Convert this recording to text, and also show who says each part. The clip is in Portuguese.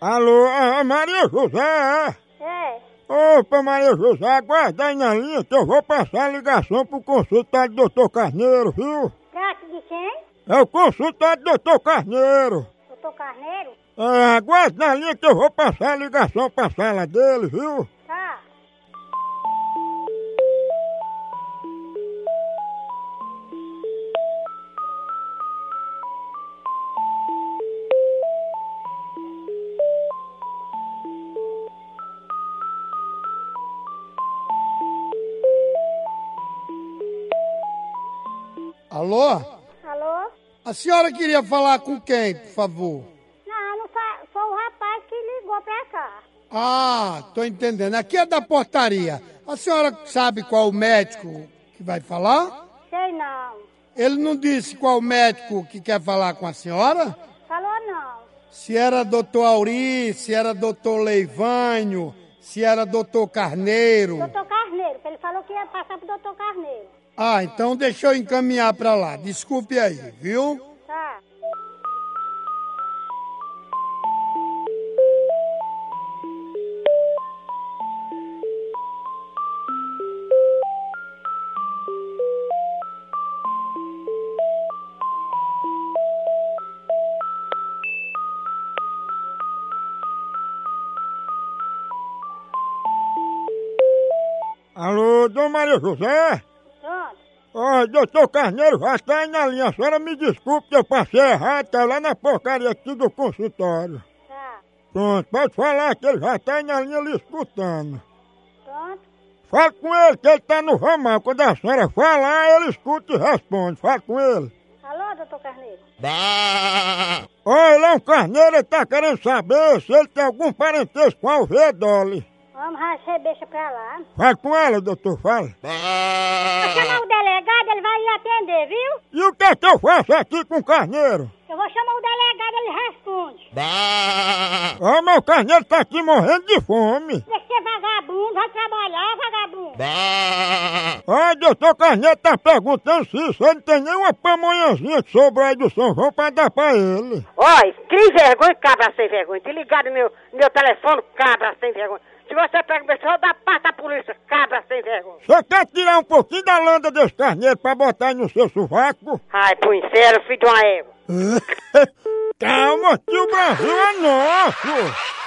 Speaker 1: Alô, ah, Maria José!
Speaker 2: É.
Speaker 1: Opa, Maria José, aguarda aí na linha que eu vou passar a ligação pro consultório do Dr. Carneiro, viu?
Speaker 2: Trate de quem?
Speaker 1: É o consultório do Dr. Carneiro.
Speaker 2: Doutor Carneiro?
Speaker 1: É, aguarde na linha que eu vou passar a ligação pra sala dele, viu?
Speaker 2: Tá.
Speaker 3: Alô?
Speaker 2: Alô?
Speaker 3: A senhora queria falar com quem, por favor?
Speaker 2: Não, não foi, foi o rapaz que ligou pra cá.
Speaker 3: Ah, tô entendendo. Aqui é da portaria. A senhora sabe qual o médico que vai falar?
Speaker 2: Sei não.
Speaker 3: Ele não disse qual o médico que quer falar com a senhora?
Speaker 2: Falou não.
Speaker 3: Se era doutor Auri, se era doutor Leivânio, se era doutor Carneiro.
Speaker 2: Doutor Carneiro, que ele falou que ia passar pro doutor Carneiro.
Speaker 3: Ah, então deixa eu encaminhar pra lá. Desculpe aí, viu?
Speaker 2: Tá.
Speaker 1: Alô, Dom Maria José?
Speaker 2: Pronto.
Speaker 1: Ó, doutor Carneiro já tá aí na linha. A senhora me desculpe que eu passei errado, tá lá na porcaria aqui do consultório.
Speaker 2: Tá.
Speaker 1: Pronto, pode falar que ele já tá aí na linha lhe escutando.
Speaker 2: Pronto.
Speaker 1: Fala com ele que ele tá no ramal. Quando a senhora falar, ele escuta e responde. Fala com ele.
Speaker 2: Alô, doutor Carneiro?
Speaker 1: Ó, ele é um carneiro, ele tá querendo saber se ele tem algum parentesco com a Alvedole.
Speaker 2: Vamos rachar beixa pra lá.
Speaker 1: Fala com ela, doutor, fala.
Speaker 2: Vou chamar o delegado, ele vai lhe atender, viu?
Speaker 1: E o que é que eu faço aqui com o carneiro?
Speaker 2: Eu vou chamar o delegado, ele responde.
Speaker 1: Ó, meu carneiro tá aqui morrendo de fome.
Speaker 2: Deixa de ser vagabundo, vai trabalhar, vagabundo.
Speaker 1: Ó, doutor Carneiro tá perguntando se isso ele não tem nenhuma pamonhazinha que sobrou aí do São João pra dar pra ele.
Speaker 4: Olha, que vergonha, cabra sem vergonha. Te ligaram no meu, no meu telefone, cabra sem vergonha. Se você pega o pessoal, dá parte da polícia, cabra sem vergonha.
Speaker 1: Você quer tirar um pouquinho da landa desse carneiro pra botar aí no seu sovaco?
Speaker 4: Ai, pro inferno, filho de uma égua.
Speaker 1: Calma, que o Brasil é nosso!